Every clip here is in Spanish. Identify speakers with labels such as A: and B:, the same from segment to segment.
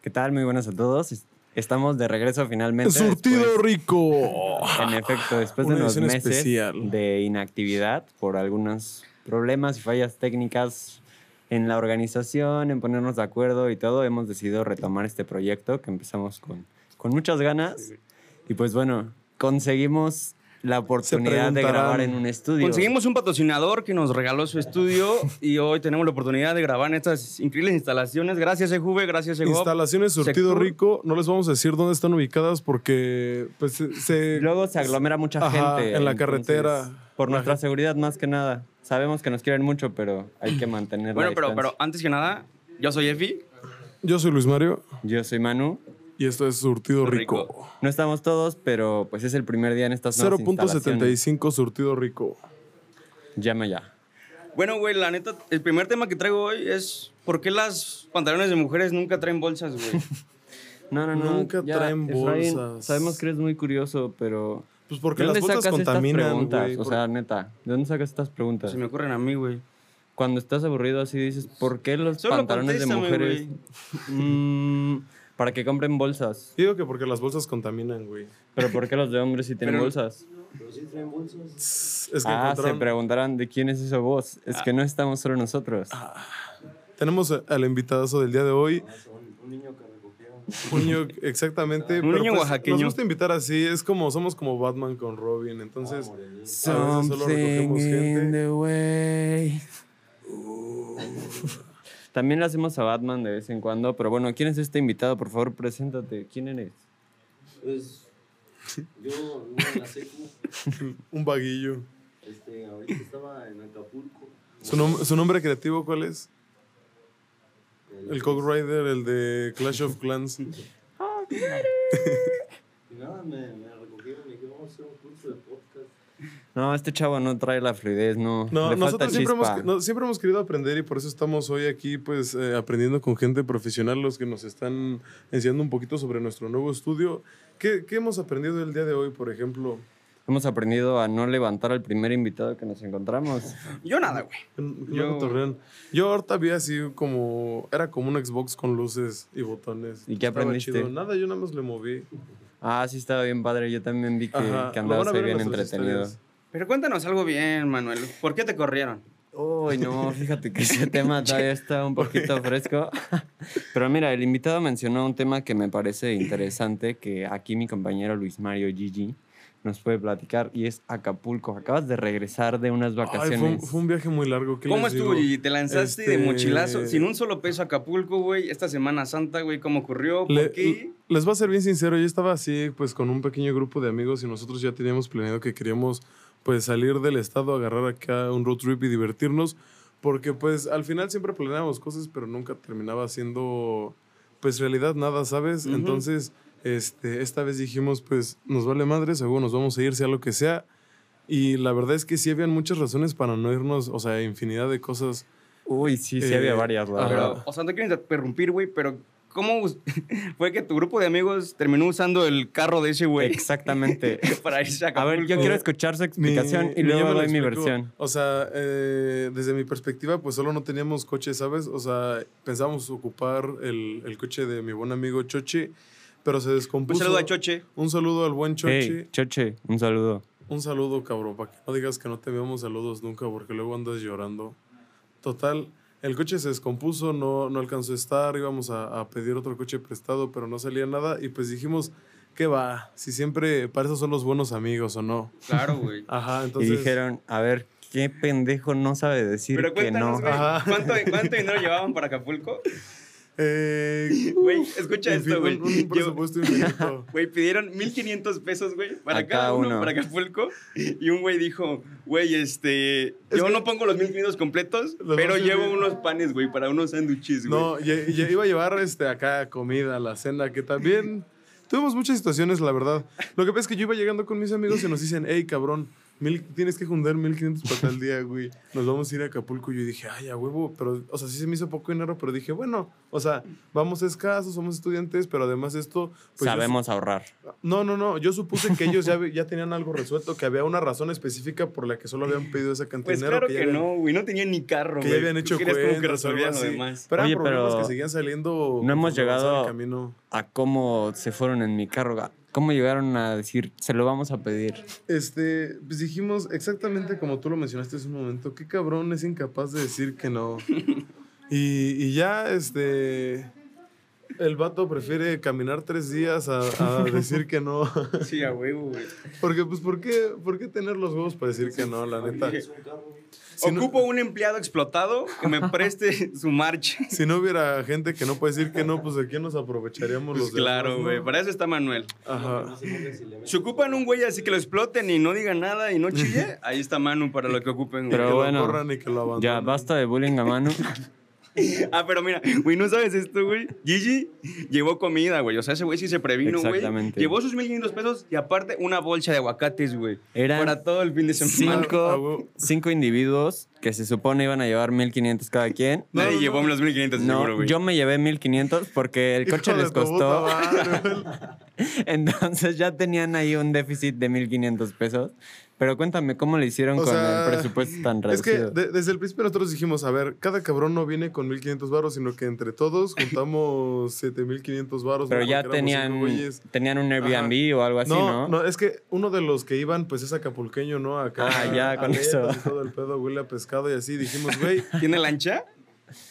A: ¿Qué tal? Muy buenas a todos. Estamos de regreso finalmente.
B: Surtido
A: después-
B: rico.
A: En efecto, después
B: Una
A: de unos
B: edición
A: meses
B: especial.
A: de inactividad por algunos problemas y fallas técnicas en la organización, en ponernos de acuerdo y todo, hemos decidido retomar este proyecto que empezamos con, con muchas ganas. Y pues bueno, conseguimos la oportunidad de
B: preguntarán,
A: grabar en un estudio.
C: Conseguimos un patrocinador que nos regaló su estudio y hoy tenemos la oportunidad de grabar en estas increíbles instalaciones. Gracias, EJUVE, gracias, EGOP.
B: Instalaciones Surtido
C: Sectur.
B: Rico. No les vamos a decir dónde están ubicadas porque pues, se- se...
A: Luego se aglomera mucha
B: Ajá,
A: gente.
B: en la
A: entonces,
B: carretera.
A: Por
B: La
A: nuestra
B: gente-
A: seguridad más que nada. Sabemos que nos quieren mucho, pero hay que mantener
C: Bueno,
A: la
C: pero, pero
A: distancia.
C: antes que nada, yo soy Efi.
B: Yo soy Luis Mario
A: Yo soy Manu.
B: y esto es Surtido
C: Rico.
B: Rico.
A: No estamos todos, pero pues es el primer día en estas nuevas instalaciones.
B: 0.75 Surtido Rico.
A: Llama ya.
C: Bueno, güey, la neta, el primer tema que traigo hoy es ¿por qué las pantalones de mujeres nunca traen bolsas, güey?
A: No, no, no.
B: Nunca
A: ya,
B: traen
A: Efraín,
B: bolsas.
A: sabemos que eres muy curioso, pero...
B: Pues porque
A: ¿de
B: las
A: dónde
B: botas
A: sacas estas
B: contaminan,
A: preguntas?
B: güey.
A: O
B: por-
A: sea, neta, ¿de dónde sacas estas preguntas?
C: Se me ocurren a mí, güey.
A: Cuando estás aburrido así dices, ¿por qué los
C: Solo
A: pantalones de
C: contéstame,
A: mujeres...
C: güey.
A: Mm, para que compren bolsas.
B: Digo que porque las bolsas contaminan, güey.
A: Pero ¿por qué los de hombres sí tienen
C: Pero-
A: bolsas?
B: Es que
A: ah, se
B: encontraron- Ah.
A: preguntarán de quién es esa voz. Es que no estamos solo nosotros.
B: Tenemos a- al invitadazo del día de hoy. Un niño, exactamente.
C: Un
B: pero pues,
C: niño oaxaqueño.
B: Nos gusta invitar así, es como, somos como Batman con Robin,
A: Ah,
B: entonces a veces solo recogemos
A: in
B: gente.
A: the way. También le hacemos a Batman de vez en cuando, pero bueno, ¿quién es este invitado? Por favor, preséntate. ¿Quién eres?
D: Pues yo no en la secu,
B: Un vaguillo.
D: este, ahorita estaba en Acapulco.
B: ¿Su, nom- su nombre creativo cuál es?
D: El-
B: El Cock Rider, el de Clash of Clans.
D: Y nada, me, me recogieron y me dijeron, vamos a hacer un curso de podcast.
A: No, este chavo no trae la fluidez, no.
B: No,
A: le
B: nosotros
A: falta
B: siempre hemos,
A: chispa.
B: no, siempre hemos querido aprender y por eso estamos hoy aquí, pues, eh, aprendiendo con gente profesional, los que nos están enseñando un poquito sobre nuestro nuevo estudio. ¿Qué, qué hemos aprendido el día de hoy, por ejemplo?
A: Hemos aprendido a no levantar al primer invitado que nos encontramos.
C: Yo nada, güey. Yo-
B: Yo, Yo ahorita vi así como. Era como un Xbox con luces y botones.
A: ¿Y qué
B: Estaba
A: aprendiste?
B: chido. Nada, yo nada más le moví.
A: Ah, sí, estaba bien padre. Yo también vi que,
B: Ajá,
A: que
B: lo van
A: andabas
B: a
A: ahí
B: ver en
A: bien
B: nuestras
A: entretenido.
B: historias.
C: Pero cuéntanos algo bien, Manuel. ¿Por qué te corrieron?
A: Uy, no, fíjate que ese tema todavía está un poquito fresco. Pero mira, el invitado mencionó un tema que me parece interesante, que aquí mi compañero Luis Mario Gigi nos puede platicar, y es Acapulco. Acabas de regresar de unas
B: Ay, fue, un,
A: vacaciones.
B: fue un viaje muy largo. ¿qué
C: ¿Cómo
B: les
C: estuvo,
B: digo?
C: Gigi? ¿Te lanzaste de
B: Este-
C: mochilazo sin un solo peso a Acapulco, güey? Esta Semana Santa, güey, ¿cómo ocurrió? ¿Por
B: Le-
C: qué?
B: les voy a ser bien sincero, yo estaba así, pues con un pequeño grupo de amigos y nosotros ya teníamos planeado que queríamos, pues salir del estado, agarrar acá un road trip y divertirnos, porque pues al final siempre planeábamos cosas, pero nunca terminaba siendo, pues realidad nada, ¿sabes?
C: Ujú.
B: Entonces, este, esta vez dijimos, pues nos vale madre, seguro nos vamos a ir, sea lo que sea. Y la verdad es que sí habían muchas razones para no irnos, o sea, infinidad de cosas.
A: Uy, sí, sí había
B: Eh,
A: varias, la
B: ajá.
A: verdad.
C: Pero, o sea, no quiero interrumpir, güey, pero ¿cómo us- fue que tu grupo de amigos terminó usando el carro de ese güey
A: Exactamente.
C: para irse a
A: A
C: Acapulco?
A: ver, yo quiero escuchar su
B: Mi-
A: explicación y
B: mi- yo
A: luego
B: me lo
A: doy mi
B: explico.
A: versión.
B: O sea, eh, desde mi perspectiva, pues solo no teníamos coche, ¿sabes? O sea, pensábamos ocupar el, el coche de mi buen amigo Choche, pero se
C: Un
B: descompuso.
C: saludo a Choche.
B: Un saludo al buen Choche.
A: Hey, Choche, un saludo.
B: Un saludo, cabrón, para que no digas que no te enviamos saludos nunca porque luego andas llorando. Total, el coche se descompuso, no, no alcanzó a estar, íbamos a, a pedir otro coche prestado, pero no salía nada y pues dijimos, ¿qué va? Si siempre para eso son los buenos amigos o no.
C: Claro, güey.
B: Ajá, entonces...
A: y dijeron, a ver, ¿qué pendejo no sabe decir
C: Pero
A: que no?
C: cuéntanos, güey,
B: Ajá.
C: ¿cuánto, cuánto dinero llevaban para Acapulco?
B: Eh,
C: Güey, escucha
B: en fin,
C: esto, güey.
B: un- un
C: Yo-
B: presupuesto infinito.
C: Güey, pidieron 1500 pesos, güey, para
A: A
C: cada,
A: cada
C: uno,
A: uno.
C: para Acapulco. Y un güey dijo, güey, este. yo no pongo los 1500 completos,
B: Los
C: pero
B: vas a
C: llevo
B: servir.
C: unos panes, güey, para unos sándwiches, güey.
B: No, ya, ya iba a llevar este, acá comida, la cena, que también tuvimos muchas situaciones, la verdad. Lo que pasa es que yo iba llegando con mis amigos y nos dicen, hey, cabrón, Mil, tienes que juntar 1500 para tal día, güey. Nos vamos a ir a Acapulco. Y yo dije, ay, a huevo. Pero, o sea, sí se me hizo poco dinero, pero dije, bueno, o sea, vamos escasos, somos estudiantes, pero además esto. pues, yo-
A: Sabemos ahorrar.
B: no, no, no. Yo supuse que ellos ya, vi- ya tenían algo resuelto, que había una razón específica por la que solo habían pedido esa cantidad
C: Pues
B: de dinero.
C: claro
B: ya
C: que,
B: habían-
C: no, güey. No tenía ni carro,
B: que
C: güey.
B: ya habían
C: Tú
B: hecho
C: querías
B: cuentas,
C: como que resolvían
B: algo
C: lo
B: así.
C: demás.
B: Pero eran
A: Oye,
B: problemas
A: pero
B: que seguían saliendo.
A: no hemos
B: conforme
A: llegado
B: avanzaba el camino.
A: A cómo se fueron en mi carro. a ¿Cómo llegaron a decir, se lo vamos a pedir?
B: Este, pues dijimos exactamente como tú lo mencionaste hace un momento, qué cabrón es incapaz de decir que no. Y, y ya, este, el vato prefiere caminar tres días a, a decir que no.
C: Sí, a huevo, güey.
B: Porque, pues, ¿por qué, ¿por qué tener los huevos para decir que no, la neta? Si no-
C: Ocupo un empleado explotado que me preste su marcha.
B: Si no hubiera gente que no puede decir que no, pues de quién nos aprovecharíamos los
C: Pues
B: demás,
C: claro,
B: no?
C: güey. Para eso está Manuel.
B: Ajá.
C: Si ocupan un güey así que lo exploten y no digan nada y no chille, ahí está Manu para lo que ocupen, güey.
B: que
A: Pero bueno,
B: lo corran y que lo abandonen.
A: Ya, basta de bullying a mano.
C: Ah, pero mira, güey, ¿no sabes esto, güey? Gigi llevó comida, güey. O sea, ese güey sí se previno, güey.
A: Exactamente.
C: Llevó sus 1.500 pesos y aparte una bolsa de aguacates, güey.
A: Eran
C: Para todo el fin de semana.
B: Ah, huevo.
A: Cinco, cinco individuos que se supone iban a llevar 1500 cada quien.
C: Nadie
B: No, no,
C: llevó
B: no.
C: los 1.500, seguro,
A: No,
C: güey.
A: yo me llevé 1500 porque el
B: Hijo
A: coche
B: de
A: les
B: tu puta
A: costó.
B: madre, güey.
A: Entonces ya tenían ahí un déficit de 1500 pesos. Pero cuéntame cómo le hicieron
B: O
A: con
B: sea,
A: el presupuesto tan
B: Es que
A: reducido.
B: de- desde el principio nosotros dijimos, a ver, cada cabrón no viene con 1500 varos, sino que entre todos juntamos 7500 varos.
A: Pero
B: ¿no?
A: ya
B: Porque éramos cinco
A: tenían,
B: güeyes.
A: tenían un Airbnb o algo así, ¿no?
B: No, no, es que uno de los que iban, pues es acapulqueño, ¿no? Acá.
A: Ah, ya, con
B: aletas
A: eso.
B: y todo el pedo huele a pescado y así. Dijimos, güey,
C: ¿Tiene lancha?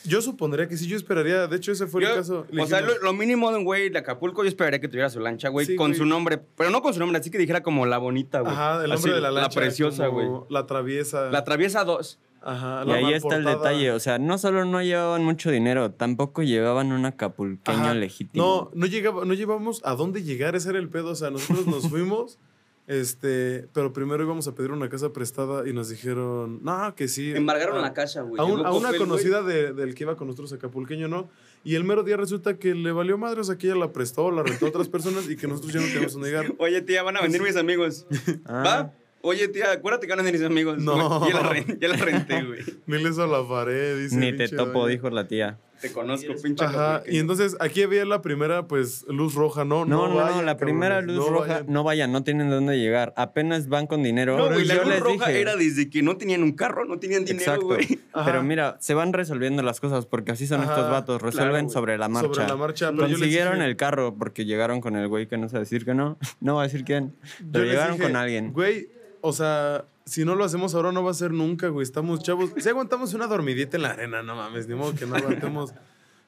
B: yo supondría que sí, yo esperaría. De hecho, ese fue
C: Yo-
B: el caso. Le
C: o sea, lo,
B: dijimos,
C: lo mínimo de un güey de Acapulco, yo esperaría que tuviera su lancha, güey,
B: Sí,
C: con
B: güey.
C: su nombre. Pero no con su nombre, así que dijera como la bonita, güey.
B: Ajá, el
C: Así,
B: hombre de la lancha.
C: La preciosa, güey.
B: como La traviesa.
C: La traviesa 2.
B: ajá,
A: Y
B: la
A: ahí está el
B: malportada.
A: detalle. O sea, no solo no llevaban mucho dinero, tampoco llevaban un acapulqueño
B: Ajá. No,
A: legítimo.
B: no, llegaba, no llevamos a dónde llegar, ese era el pedo. O sea, nosotros nos fuimos, este, pero primero íbamos a pedir una casa prestada y nos dijeron, no, que sí.
C: Embargaron
B: a,
C: la casa, güey.
B: A, un-
C: Llegó
B: a una
C: Coppel, güey.
B: conocida de- del que iba con nosotros acapulqueño, ¿no? Y el mero día resulta que le valió madre, o sea, que ella la prestó, la rentó a otras personas y que nosotros ya no teníamos dónde llegar.
C: Oye, tía, van a venir mis amigos.
A: Ah.
C: ¿Va? Oye, tía, acuérdate que van a venir mis amigos.
B: No.
C: Güey, Ya la, ren- ya la renté, güey.
B: Ni les a la pared, dice.
A: Ni te
B: pinche
A: topo,
B: doña.
A: dijo la tía.
C: Te conozco, pinche.
B: Ajá, y entonces aquí había la primera, pues, luz roja, ¿no?
A: No, no, no,
B: vayan,
A: la primera
B: cabrones,
A: luz
B: no
A: roja,
B: vayan.
A: no vayan, no tienen de dónde llegar. Apenas van con dinero.
C: No, güey,
A: Y
C: la
A: yo
C: luz
A: les
C: roja
A: dije-
C: era desde que no tenían un carro, no tenían dinero,
A: Exacto.
C: güey.
A: Pero
B: Ajá.
A: mira, se van resolviendo las cosas porque así son
B: Ajá,
A: estos vatos, resuelven
C: güey.
A: sobre la marcha.
B: Sobre la marcha, pero yo les
A: Consiguieron
B: dije-
A: el carro porque llegaron con el güey que no sabe decir que no. No va a decir quién.
B: Yo
A: Pero
B: les
A: llegaron
B: dije,
A: con alguien.
B: Güey, o sea, si no lo hacemos ahora no va a ser nunca, güey. Estamos chavos. Si aguantamos una dormidita en la arena, no mames, ni modo que no aguantemos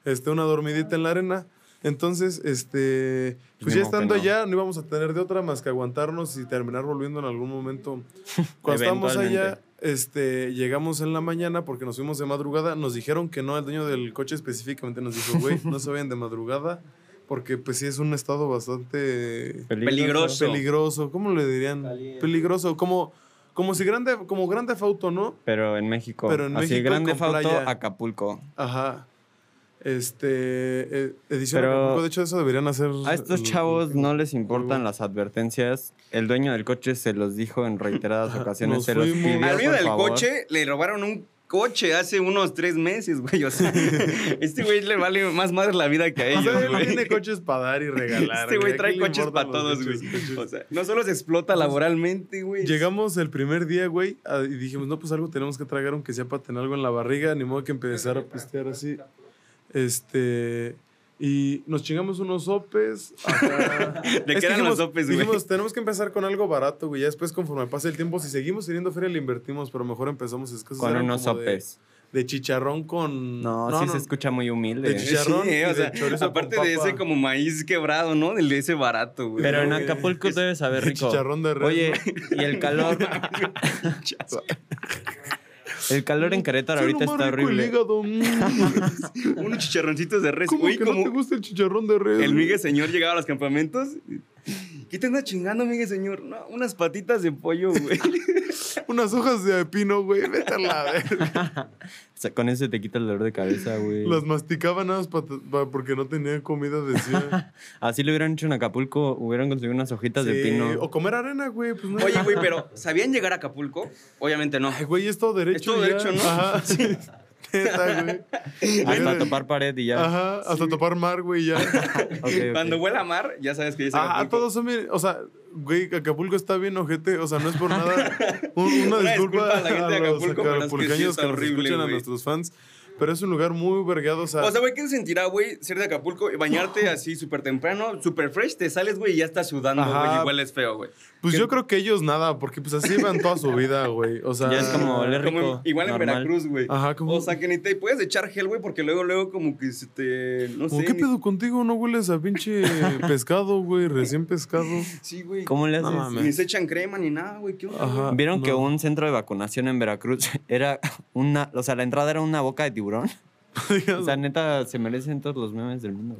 B: este, una dormidita en la arena. Entonces, este,
A: Ni modo
B: pues ya
A: que
B: estando
A: no.
B: allá, no íbamos a tener de otra más que aguantarnos y terminar volviendo en algún momento. Cuando estábamos
A: Eventualmente.
B: allá, este, llegamos en la mañana porque nos fuimos de madrugada. Nos dijeron que no, el dueño del coche específicamente nos dijo, güey, no se vayan de madrugada porque pues sí es un estado bastante
C: Peligroso.
B: Peligroso, ¿cómo le dirían?
D: Caliente.
B: Peligroso, como, como si grande, como grande fauto, ¿no?
A: Pero en México.
B: Pero en
A: así,
B: México
A: Grande
B: con
A: Fauto,
B: playa.
A: Acapulco.
B: Ajá. Este eh, edición
A: Pero-
B: Acapulco, de hecho eso deberían hacer.
A: A estos
B: el-
A: chavos no les importan
B: Luego.
A: las advertencias. El dueño del coche se los dijo en reiteradas ocasiones.
B: Nos
A: Se los
B: fuimos.
A: pidió,
C: Al dueño
A: por
C: del
A: favor.
C: coche le robaron un coche hace unos tres meses, güey. O sea, este güey le vale más madre la vida que a
B: O
C: ellos,
B: sea, él
C: güey.
B: tiene coches para dar y regalar.
C: Este güey
B: ¿a
C: trae
B: quién le
C: coches
B: importan
C: para
B: los
C: todos,
B: coches?
C: güey.
B: Coches. Pues,
C: O sea, no solo se explota laboralmente, güey.
A: Pues,
B: Llegamos el primer día, güey, a- y dijimos, no, pues algo tenemos que tragar, aunque sea para tener algo en la barriga, ni modo que empezar a pistear así. Este. Y nos chingamos unos sopes. acá.
C: qué
B: Es que
C: eran los sopes, güey?
B: Dijimos, tenemos que empezar con algo barato, güey. Ya después, conforme pase el tiempo, si seguimos teniendo feria, le invertimos, pero mejor empezamos escasos.
A: Con
B: Pues, Eran
A: unos
B: como de-
A: sopes.
B: De, chicharrón con.
A: No, sí se escucha muy humilde.
B: De
C: Sí,
B: chicharrón
C: eh,
B: y
C: o
B: de
C: sea,
B: chorizo con
C: aparte de
B: papa.
C: ese como maíz quebrado, ¿no? Del de ese barato, güey.
A: Pero en
B: güey.
A: Acapulco debe saber rico.
B: Chicharrón de res,
A: Oye, y el calor. el calor en Querétaro
B: Suena
A: ahorita
B: más
A: está
B: rico el
A: horrible. Pues,
B: hígado, mm.
C: unos chicharroncitos de res,
B: ¿Cómo
C: güey,
B: que no
C: como
B: te gusta el chicharrón de res?
C: el
B: güey?
C: Miguel Señor llegaba a los campamentos. y, ¿Qué te anda chingando, Miguel Señor? No, unas patitas de pollo, güey.
B: unas hojas de pino, güey. Vete a la verga.
A: O sea, con ese te quita el dolor de cabeza, güey.
B: Las masticaba nada más pa- pa- porque no tenía comida, decía.
A: Así lo hubieran hecho en Acapulco, hubieran conseguido unas hojitas de
B: Sí,
A: pino.
B: O comer arena, güey. Pues no.
C: Oye, güey, pero ¿sabían llegar a Acapulco? Obviamente no.
B: Ay, güey, es todo derecho.
C: Es todo
B: ya.
C: derecho, ¿no?
B: Ajá. Sí. Neta, güey.
A: Hasta topar pared y ya.
B: Ajá, hasta topar mar, güey, ya.
A: Ok, ok.
C: Cuando huela a mar, ya sabes que dice
B: Ah,
C: Acapulco.
B: todos son bien. O sea, güey, Acapulco está bien ojete. O sea, no es por nada. Un- una, disculpa
C: Una disculpa a la gente de Acapulco, pero es que sí
B: acapulqueños
C: está
B: que nos
C: horrible,
B: escuchan a
C: güey.
B: nuestros fans. Pero es un lugar muy vergado. O sea,
C: O sea, güey, ¿qué se sentirá, güey, ser de Acapulco y bañarte así súper temprano, súper fresh? Te sales, güey, y ya estás sudando,
B: Ajá.
C: güey, y hueles feo, güey.
B: pues yo creo que ellos nada, porque pues así van toda su vida, güey. O sea,
A: Ya es como oler
C: Como
A: rico.
C: igual en
A: normal.
C: Veracruz, güey.
B: Ajá, como-
C: O sea, que ni te puedes echar gel, güey, porque luego, luego, como que se te. No
B: como,
C: sé.
B: ¿Qué
C: ni-
B: pedo contigo? No hueles a pinche pescado, güey, recién pescado.
C: Sí, güey.
A: ¿Cómo le haces?
B: No mames.
C: Ni se echan crema ni nada, güey. ¿Qué onda?
B: Ajá.
A: ¿Vieron
B: no.
A: que un centro de vacunación en Veracruz era una. O sea, la entrada era una boca de tiburón? O sea, neta, se merecen todos los memes del mundo.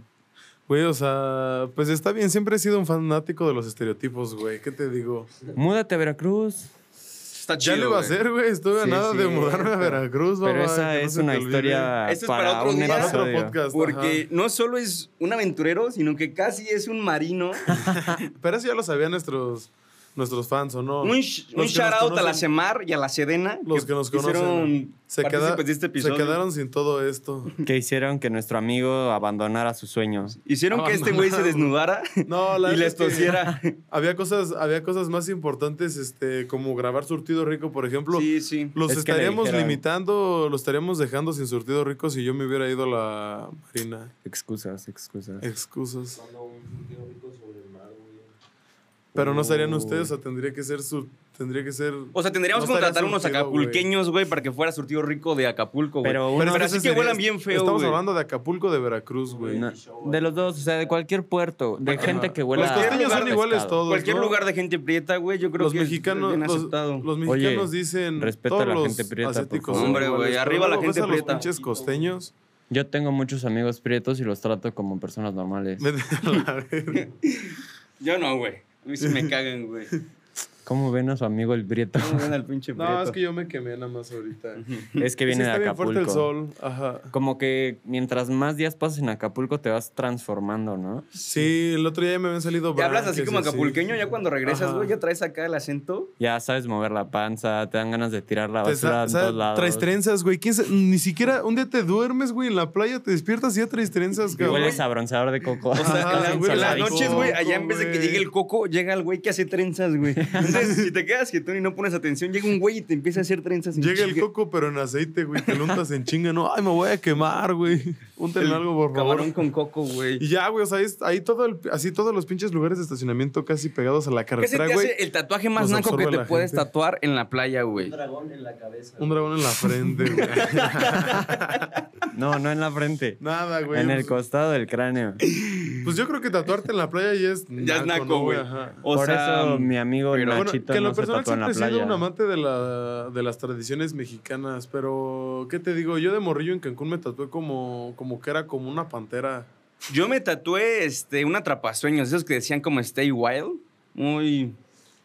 B: Güey, o sea, pues está bien. Siempre he sido un fanático de los estereotipos, güey. ¿Qué te digo?
A: Múdate a Veracruz.
C: Está
B: Ya
C: chido.
B: le va a
C: güey.
B: hacer, güey. Estuve a
A: Sí,
B: nada de
A: sí,
B: mudarme
A: pero-
B: a Veracruz,
A: Pero
B: mamá,
A: esa
B: que no
A: es
B: se
A: una
B: te olvide.
A: historia
C: Eso es para
A: para,
C: otro
A: un
C: día.
B: Para otro
A: episodio.
B: podcast.
C: Porque
B: ajá.
C: no solo es un aventurero, sino que casi es un marino.
B: Pero eso ya lo sabían nuestros, nuestros fans, ¿o no?
C: un sh- un
B: Los que nos
C: shout out a la
B: conocen-
C: Semar y a la Sedena.
B: Los que nos conocen.
C: hicieron
B: Se, queda-
C: partícipes de este
B: se
C: episodio.
B: quedaron sin todo esto.
A: Que hicieron que nuestro amigo abandonara sus sueños.
C: Hicieron
B: Ah,
C: que este güey se desnudara
B: No, la
C: y
B: neta
C: les
B: es que
C: tosiera.
B: Había cosas, había cosas más importantes, este, como grabar surtido rico, por ejemplo.
C: Sí, sí.
B: Los
A: Es que le
B: estaríamos
A: dijeron-
B: limitando, los estaríamos dejando sin surtido rico si yo me hubiera ido a la marina.
A: Excusas, excusas.
B: Este Excusas.
D: Cuando un surtido rico sobre el mar, güey.
B: Pero no estarían
A: Uy.
B: ustedes, o sea, tendría que ser sur- tendría que ser.
C: O sea, tendríamos
B: no
C: que contratar
B: estaría
C: unos
B: surtido, güey.
C: acapulqueños, güey, para que fuera surtido rico de Acapulco, güey.
A: Pero uno-
C: pero,
B: es ese
C: así que
B: sería-
C: vuelan bien feo,
B: Estamos
C: güey.
B: hablando de Acapulco, de Veracruz, güey.
A: No, de los dos, o sea, de cualquier puerto, de gente que huela
C: Los
A: a
C: costeños son
A: pescado.
B: iguales todos.
C: Cualquier
B: ¿no?
C: lugar de gente prieta, güey, yo creo
B: Los
C: que es
B: mexicanos,
C: bien
B: los,
C: aceptado.
B: los mexicanos
A: Oye,
B: dicen
A: respeta
B: todos
A: a la
B: los
A: gente prieta, por
B: asiáticos
A: favor.
B: son
C: Hombre,
B: iguales,
C: güey,
B: pero
C: arriba la
B: luego ves
C: gente
B: a
C: prieta.
B: Los pinches costeños.
A: Yo tengo muchos amigos prietos y los trato como personas normales.
B: Vete a la verga.
C: Yo no, güey. A mí sí me cagan, güey.
A: ¿Cómo ven a su amigo el prieto?
C: No, ven al pinche
B: no, es que yo me quemé nada más ahorita.
A: es que viene
B: Sí,
A: de
B: está bien
A: Acapulco.
B: fuerte el sol. Ajá.
A: Como que mientras más días pasas en Acapulco te vas transformando, ¿no?
B: Sí, el otro día me habían salido
C: Te hablas así
B: branquias,
C: como
B: y
C: acapulqueño, ya cuando regresas,
B: Ajá.
C: güey, ya traes acá el acento.
A: Ya sabes mover la panza, te dan ganas de tirar la
B: Te
A: basura
B: sa-
A: en
B: sa-
A: todos lados.
B: traes trenzas, güey. ¿Quién sa- Ni siquiera un día te duermes, güey, en la playa, te despiertas y ya traes trenzas,
A: Y
B: cabrón.
A: hueles a bronceador de coco.
C: O sea,
B: Ajá,
C: en la-
B: Ah, güey,
C: en las
B: rico,
C: noches, güey, allá en vez de que
B: güey.
C: llegue el coco, llega el güey que hace trenzas, güey. Entonces, si te quedas quietón y no pones atención, llega un güey y te empieza a hacer trenzas. en
B: Llega el
C: chinga.
B: coco, pero en aceite, güey. Te lo untas en chinga, ¿no? Ay, me voy a quemar, güey. Úntenle algo, por favor.
C: Camarón con coco, güey.
B: Y ya, güey, o sea, es- ahí todo el- así todos los pinches lugares de estacionamiento casi pegados a la
C: ¿Qué se
B: carretera,
C: te
B: güey.
C: hace el tatuaje más
B: Los
C: naco que
B: absorbe
C: te
B: la
C: puedes
B: gente.
C: tatuar en la playa,
D: Un
C: güey?
D: dragón en la cabeza.
B: Un dragón en la frente, güey.
A: No, no en la frente.
B: Nada, güey.
A: en el
B: pues,
A: costado del cráneo.
B: pues yo creo que tatuarte en la playa ya es
C: Ya es naco,
B: ¿no,
C: güey.
B: Ajá.
C: O
A: Por
C: sea, mm,
A: eso mi amigo
C: pero-
B: mm, Bueno,
A: Nachito
B: que en lo
A: no se
B: personal
A: tatuó en la
B: siempre he sido un
A: playa.
B: amante de, la, de las tradiciones mexicanas, pero ¿qué te digo? Yo de morrillo en Cancún me tatué como, como que era como una pantera.
C: yo me tatué este, un atrapasueños, esos que decían como Stay Wild. Muy.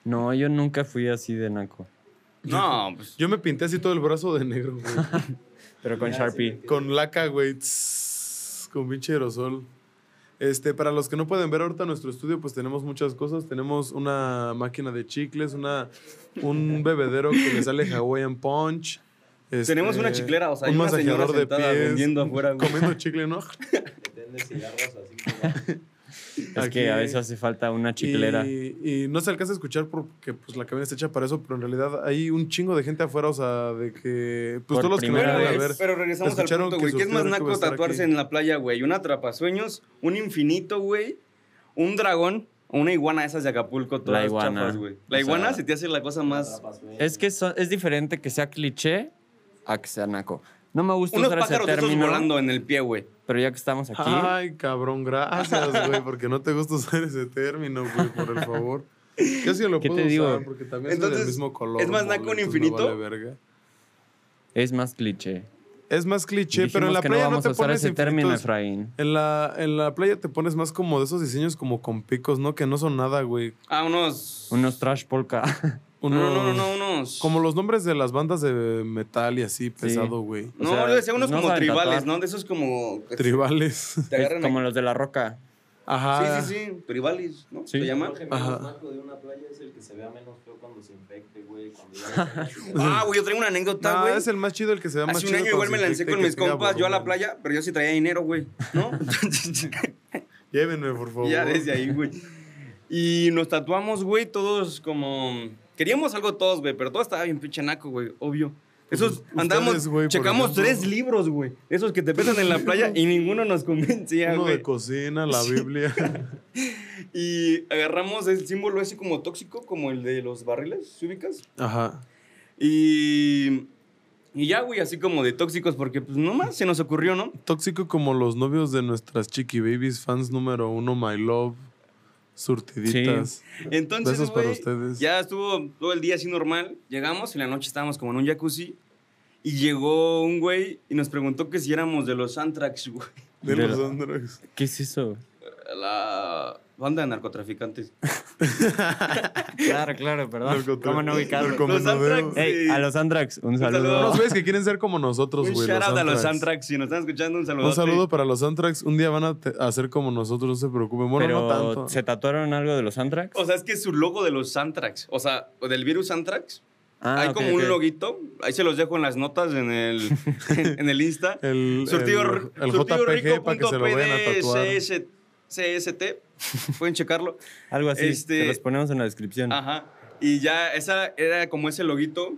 A: No, yo nunca fui así de naco.
C: No, pues.
B: Yo me pinté así todo el brazo de negro, güey.
A: Pero con
D: Ya, sí,
A: Sharpie.
D: güey.
B: con laca, güey. tss, Con pinche aerosol. Este, para los que no pueden ver ahorita nuestro estudio, pues tenemos muchas cosas. Tenemos una máquina de chicles, una, un bebedero que le sale Hawaiian Punch. este,
C: Tenemos una chiclera, o sea, hay
B: un
C: una señora
B: masajeador de
C: sentada
B: pies,
C: vendiendo afuera, güey.
B: comiendo chicle, ¿no?
D: Vende cigarros así como.
A: Es que a veces hace falta una chiclera.
B: Y, y no se alcanza a escuchar porque pues, la cabina está hecha para eso, pero en realidad hay un chingo de gente afuera, o sea, de que.
A: Por
B: Pues todos los que
A: primera
B: van a
C: Pero,
A: vez.
B: ver.
C: pero regresamos al
B: Escucharon
C: punto,
B: que
C: güey.
B: su
C: ¿Qué es más
B: tío Rico va a
C: naco
B: estar
C: tatuarse
B: aquí?
C: en la playa, güey? ¿Un atrapasueños? ¿Un infinito, güey? ¿Un dragón? ¿O una iguana de esas de Acapulco? Todas
A: La iguana.
C: chafas, güey. La
A: O
C: iguana
A: sea,
C: se te hace la cosa más...
A: Es que so- es diferente que sea cliché a que sea naco. No me gusta
C: Unos
A: usar ese
C: pájaros de esos
A: término,
C: volando en el pie, güey.
A: pero ya que estamos aquí,
B: Ay, cabrón, gracias, güey, porque no te gusta usar ese término, güey, por el favor. Yo sí lo
A: ¿Qué
B: puedo
A: te digo?
B: usar porque también soy del
C: Entonces,
B: mismo color.
C: ¿es más naco
B: mole,
C: un
B: entonces me
C: infinito?
B: vale verga.
A: es más cliché.
B: Es más cliché,
A: Dijimos
B: pero en la
A: que
B: playa
A: no
B: no,
A: vamos
B: te
A: a usar
B: pones
A: ese término,
B: infinitos.
A: Efraín.
B: En la, en la playa te pones más como de esos diseños como con picos, ¿no? Que no son nada, güey.
C: Ah, unos...
A: Unos trash polka.
C: No,
B: Unos,
C: no, no, no, unos.
B: Como los nombres de las bandas de metal y así, pesado, güey.
C: No,
A: o sea,
C: yo decía unos
A: no
C: como
A: saben tatuar.
C: tribales, ¿no? De esos como. que
B: Tribales.
C: Te agarran
A: Como los de la roca.
B: Ajá.
C: Sí, sí, sí. Tribales, ¿no?
A: Sí.
C: ¿Se llama?
D: El gemelo
B: Ajá.
D: más naco de una playa es el que se vea menos feo cuando se infecte, güey. Cuando ya
C: Ah, güey, yo traigo una anécdota,
B: No,
C: güey.
B: es el más chido, el que se ve más
C: Hace
B: chido.
C: un año igual
B: cuando
C: me
B: se
C: lancé
B: infecta y
C: con
B: que
C: mis
B: tenga
C: compas, yo a la
B: volumen.
C: playa, pero yo sí traía dinero, güey, ¿no? Entonces,
B: Llévenme, por favor.
C: ya desde ahí, güey. Y nos tatuamos, güey, todos como... Queríamos algo todos, güey, pero todo estaba bien pinche naco, güey, obvio. Esos
B: Ustedes,
C: andamos,
B: güey, por
C: checamos
B: ejemplo.
C: tres libros, güey. Esos que te pesan en la playa y ninguno nos convencía,
B: Uno
C: güey.
B: de cocina, la Biblia.
C: Y agarramos el símbolo ese como tóxico, como el de los barriles, ¿se ubicas?
B: Ajá.
C: Y, y ya, güey, así como de tóxicos, porque pues nomás se nos ocurrió, ¿no?
B: Tóxico como los novios de nuestras chiqui babies, fans número uno, My Love, surtiditas.
C: Entonces,
B: Besos para
C: güey,
B: ustedes.
C: ya estuvo todo el día así normal. Llegamos, en la noche estábamos como en un jacuzzi. Y llegó un güey y nos preguntó que si éramos de los Anthrax, güey.
B: De
A: De
B: los
A: la-
B: Androx.
A: ¿Qué es eso?
C: La banda de narcotraficantes.
A: Claro, claro,
C: Ah,
A: perdón.
B: Narcotra-
A: ¿Cómo no ubicarlo?
B: Como
C: Los
B: no veo.
C: Anthrax,
A: Ey,
C: sí.
A: a los Andrax, un
C: saludo.
A: saludo.
B: Unos güeyes que quieren ser como nosotros,
C: Un
B: güey.
C: shout out a los
B: Anthrax.
C: Anthrax. Si nos están escuchando, un saludo.
B: Un saludo para los Anthrax. Un día van a te- a ser como nosotros, no se preocupen. Bueno,
A: Pero,
B: no tanto.
A: ¿se tatuaron algo de los Andrax?
C: O sea, es que es su logo de los Anthrax. O sea, o del virus Anthrax.
A: Ah,
C: Hay
A: ok,
C: como un
A: ok.
C: loguito. Ahí se los dejo en las notas, en el, en el Insta.
B: El,
C: Surtido,
B: el, el JPG para que se lo vayan a tatuar.
C: CST. Pueden checarlo.
A: Algo así.
C: Este- Ah.
A: Te los ponemos en la descripción.
C: Ajá. Y ya, esa era como ese loguito.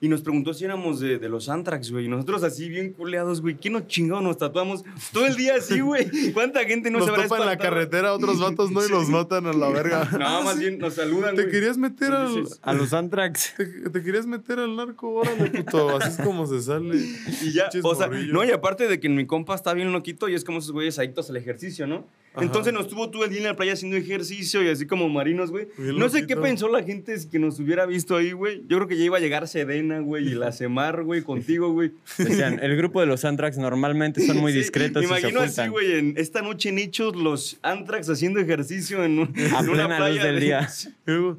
C: Y nos preguntó si éramos de, de los Anthrax, güey. Y nosotros así bien culeados, güey. ¿Qué nos chingados nos tatuamos todo el día así, güey? ¿Cuánta gente nos
B: Nos
C: habrá
B: topan en la
C: espantado?
B: carretera otros vatos, ¿no? Y los matan a la verga. Ah,
C: No, más bien nos saludan,
B: Te
C: güey.
B: querías meter al.
C: Entonces,
A: A los Antrax.
B: Te, te querías meter al narco, órale, puto. Así es como se sale.
C: Y ya,
B: Pinches
C: o sea,
B: morrillos.
C: no, y aparte de que mi compa está bien loquito y es como esos güeyes adictos al ejercicio, ¿no?
B: Ajá.
C: Entonces nos tuvo todo el día en la playa haciendo ejercicio y así como marinos, güey.
B: Bien
C: No sé
B: loquito.
C: qué pensó la gente si que nos hubiera visto ahí, güey. Yo creo que ya iba a llegar Sedena, güey, y la Semar, güey, contigo, güey.
A: Decían, el grupo de los Antrax normalmente son muy
C: Sí,
A: discretos
C: me
A: y se
C: Imagino así,
A: ocultan.
C: güey, en esta noche en Hechos, los Antrax haciendo ejercicio en, un-
A: A
C: en una
A: plena
C: playa.
A: luz del
C: de-
A: día.
B: Y luego,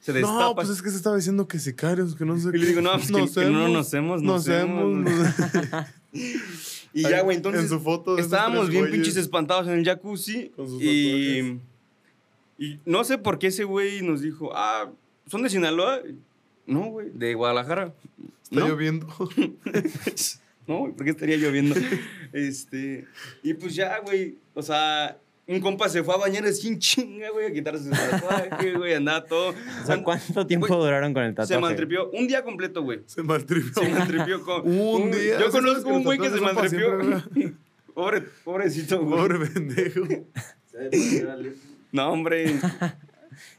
C: Se destapa.
B: No, pues es que se estaba diciendo que sicarios, que no sé
C: Y le digo, no, pues que- que no
B: hemos-
C: nos hemos, nos hemos.
B: nos-
C: Y ya, güey, entonces.
B: En su foto de esos
C: Estábamos
B: tres
C: bien
B: güeyes.
C: pinches espantados en el jacuzzi.
B: Con sus
C: y, y no sé por qué ese güey nos dijo, ah, ¿son de Sinaloa? No, güey, de Guadalajara.
B: Está
C: No,
B: lloviendo.
C: no, güey, ¿por qué estaría lloviendo? este, y pues ya, güey, o sea, un compa se fue a bañar sin chinga, güey, a quitarse su tatuaje, güey, andaba todo.
A: O sea, ¿cuánto tiempo
C: Güey,
A: duraron con el tatuaje?
C: se maltripió un día completo, güey.
B: Se maltripió.
C: Se maltripió con...
B: Un día.
C: Yo
B: Esas cosas
C: conozco
B: que
C: un güey que
B: los
C: se
B: tatuajes son
C: maltripió.
B: para
C: Pobre, pobrecito, güey.
B: Pobre pendejo.
D: se debe poner alerta.
C: No, hombre.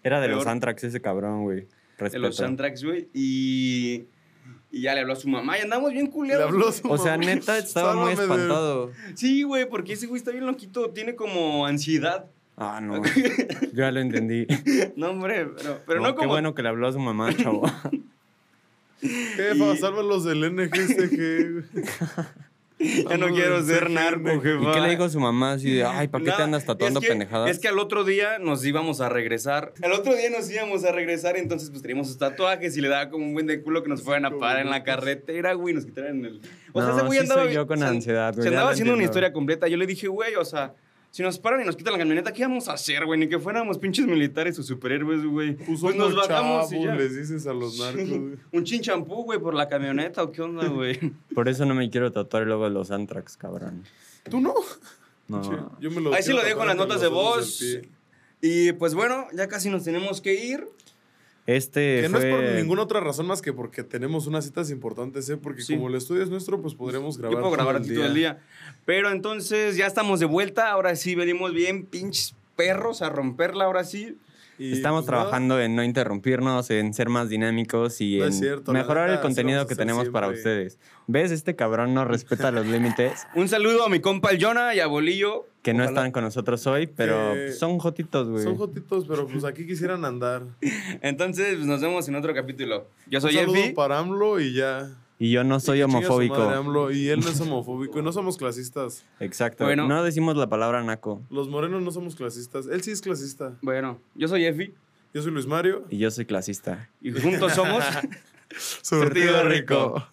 A: Era de los
C: Peor.
A: Antrax ese cabrón, güey.
C: de
A: Respeto.
C: los soundtracks, güey. Y, y ya le habló a su mamá y andamos bien
B: Le
C: culeados.
B: habló
C: güey.
B: a su
A: O sea,
B: mamá.
A: neta, estaba muy
B: Sálvame de-
A: espantado.
C: Sí, güey, porque ese güey está bien loquito, tiene como ansiedad.
A: Ah, no. Yo ya lo entendí.
C: No, hombre, pero, pero no,
A: qué
C: como...
A: bueno que le habló a su mamá, chavo.
B: Jefa,
C: Y-
B: sálvalos del NGCG.
C: Ya no quiero ser narco, jefa.
A: ¿Y qué le dijo su mamá? Así de, ay, ¿para qué te
C: Nah,
A: andas tatuando
C: es que-
A: pendejadas?
C: Es que al otro día nos íbamos a regresar. Al otro día nos íbamos a regresar, entonces pues teníamos sus tatuajes y le daba como un buen de culo que nos fueran a
B: Como
C: parar en la
B: locos.
C: carretera, güey, nos quitaran el. O
A: No, sí soy yo con
C: se-
A: ansiedad, güey, ya
C: Se andaba
A: lo
C: haciendo una
A: entiendo.
C: historia completa. Yo le dije, güey, o sea. Si nos paran y nos quitan la camioneta, ¿qué vamos a hacer, güey? Ni que fuéramos pinches militares o superhéroes, güey.
B: Pues
C: Pues nos bajamos y ya.
B: les dices a los narcos. güey.
C: Un chinchampú, güey, por la camioneta o qué onda, güey.
A: Por eso no me quiero tatuar el logo de los Antrax, cabrón.
B: ¿Tú no?
A: No.
B: Che, yo me lo
C: Ahí sí
B: quiero
C: lo dejo en las
B: tatuar
C: notas de
B: los dedos
C: voz.
B: del pie.
C: Y pues bueno, ya casi nos tenemos que ir.
A: Este
B: Que no
A: fue...
B: es por ninguna otra razón más que porque tenemos unas citas importantes, ¿eh? Porque
C: Sí.
B: como el estudio es nuestro, pues podríamos grabar.
C: Yo puedo grabar aquí todo el día. Pero entonces ya estamos de vuelta. Ahora sí venimos bien, pinches perros, a romperla. Ahora sí.
B: Y,
A: Estamos
B: pues, nada.
A: trabajando en no interrumpirnos, en ser más dinámicos y
B: No
A: en
B: es cierto, la
A: mejorar
B: neta,
A: el
B: sí vamos
A: contenido
B: a
A: que
B: hacer
A: tenemos para
B: siempre.
A: ustedes. ¿Ves? Este cabrón no respeta los límites,
C: Un saludo a mi compa el Jonah y a Bolillo.
A: que no
C: Ojalá.
A: están con nosotros hoy, pero
B: Que-
A: son jotitos, güey.
B: Son jotitos, pero pues aquí quisieran andar.
C: Entonces pues, nos vemos en otro capítulo. Yo
B: Un
C: soy
B: saludo
C: Jeffy.
B: para AMLO y ya.
A: Y yo no soy
B: Y que chingue a su madre,
A: homofóbico.
B: AMLO, y él no es homofóbico y no somos clasistas.
A: Exacto.
C: Bueno.
A: No decimos la palabra naco.
B: Los morenos no somos clasistas. Él sí es clasista.
C: Bueno, yo soy Jeffy.
B: Yo soy Luis Mario.
A: Y yo soy clasista.
C: Y juntos somos.
B: Surtido
C: rico.